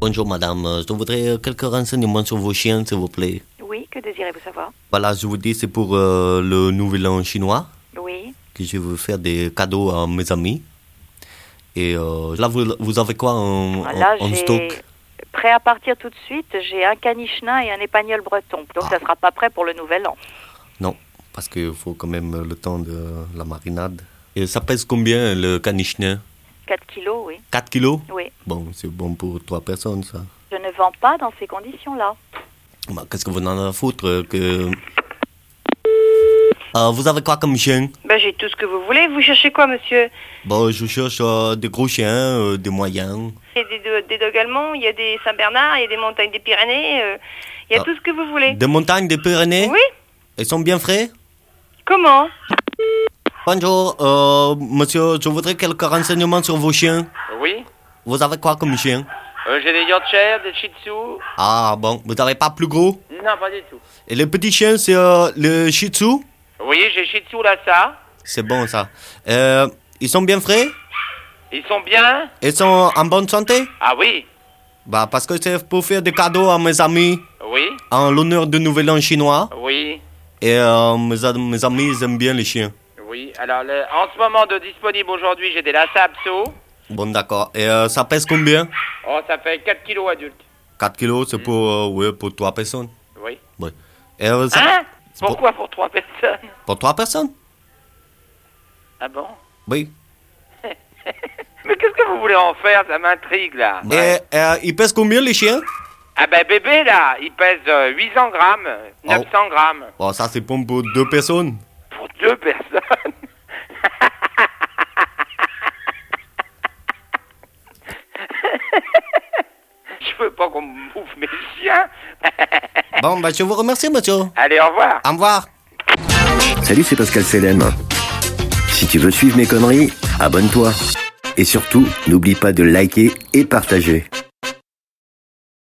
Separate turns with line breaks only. Bonjour madame, Euh, je voudrais euh, quelques renseignements sur vos chiens, s'il vous plaît.
Oui, que désirez-vous savoir
Voilà, je vous dis, c'est pour euh, le nouvel an chinois
Oui.
que je veux faire des cadeaux à mes amis. Et euh, là, vous, vous avez quoi en, en-
Ah, Là,
en
j'ai-
stock
Prêt à partir tout de suite, j'ai un canichnin et un épagnol breton. Donc ça sera pas prêt pour le nouvel an.
Non, parce qu'il faut quand même euh, le temps de la marinade. Et ça pèse combien le canichnet
4 kilos, oui.
4 kilos
Oui.
Bon, c'est bon pour trois personnes, ça.
Je ne vends pas dans ces conditions-là.
Bah, Qu'est-ce que vous en avez à foutre euh, que... Euh, vous avez quoi comme chien
Ben, j'ai tout ce que vous voulez. Vous cherchez quoi, monsieur
Bon, je cherche euh, des gros chiens, euh, des moyens.
Il y a des, do- des dogues allemands, il y a des Saint-Bernard, il y a des montagnes des Pyrénées, euh, il y a
Ah.
tout ce que vous voulez.
Des montagnes, des Pyrénées
Oui
Ils sont bien frais
Comment
Bonjour, euh, monsieur, je voudrais quelques renseignements sur vos chiens.
Oui,
Vous avez quoi comme chien
Euh, j'ai des Yorkshire, des Shih Tzu.
Ah bon, vous n'avez pas plus gros
Non, pas du tout.
Et les petits chiens, c'est euh, le Shih Tzu
Oui, j'ai Shih Tzu Lhasa.
C'est bon ça. Euh, ils sont bien frais
Ils sont bien
Ils sont en bonne santé
Ah oui,
Bah parce que c'est pour faire des cadeaux à mes amis
oui,
en l'honneur du Nouvel An chinois.
oui,
Et euh, mes, a- mes amis, ils aiment bien les chiens.
oui. Alors, le- en ce moment de disponible aujourd'hui, j'ai des Lhasa Apso.
Bon d'accord. Et euh, ça pèse combien
Oh, ça fait 4 kilos adultes.
4 kilos, c'est pour, euh, ouais, pour 3 personnes.
Oui.
Ouais. Et, euh, ça-
Hein
c'est pour-
Pourquoi pour trois personnes
Pour 3 personnes
Ah bon
Oui.
Mais qu'est-ce que vous voulez en faire Ça m'intrigue, là. Ouais.
Et euh, ils pèsent combien les chiens
Ah ben, bébé, là, il pèse euh, 800 grammes, 900 grammes.
Oh, ça c'est bon pour 2 personnes.
Pour deux personnes Je veux pas qu'on me bouffe mes chiens
Bon, bah, je vous remercie, monsieur.
Allez, au revoir
Au revoir.
Salut, c'est Pascal Selem. Si tu veux suivre mes conneries, abonne-toi. Et surtout, n'oublie pas de liker et partager.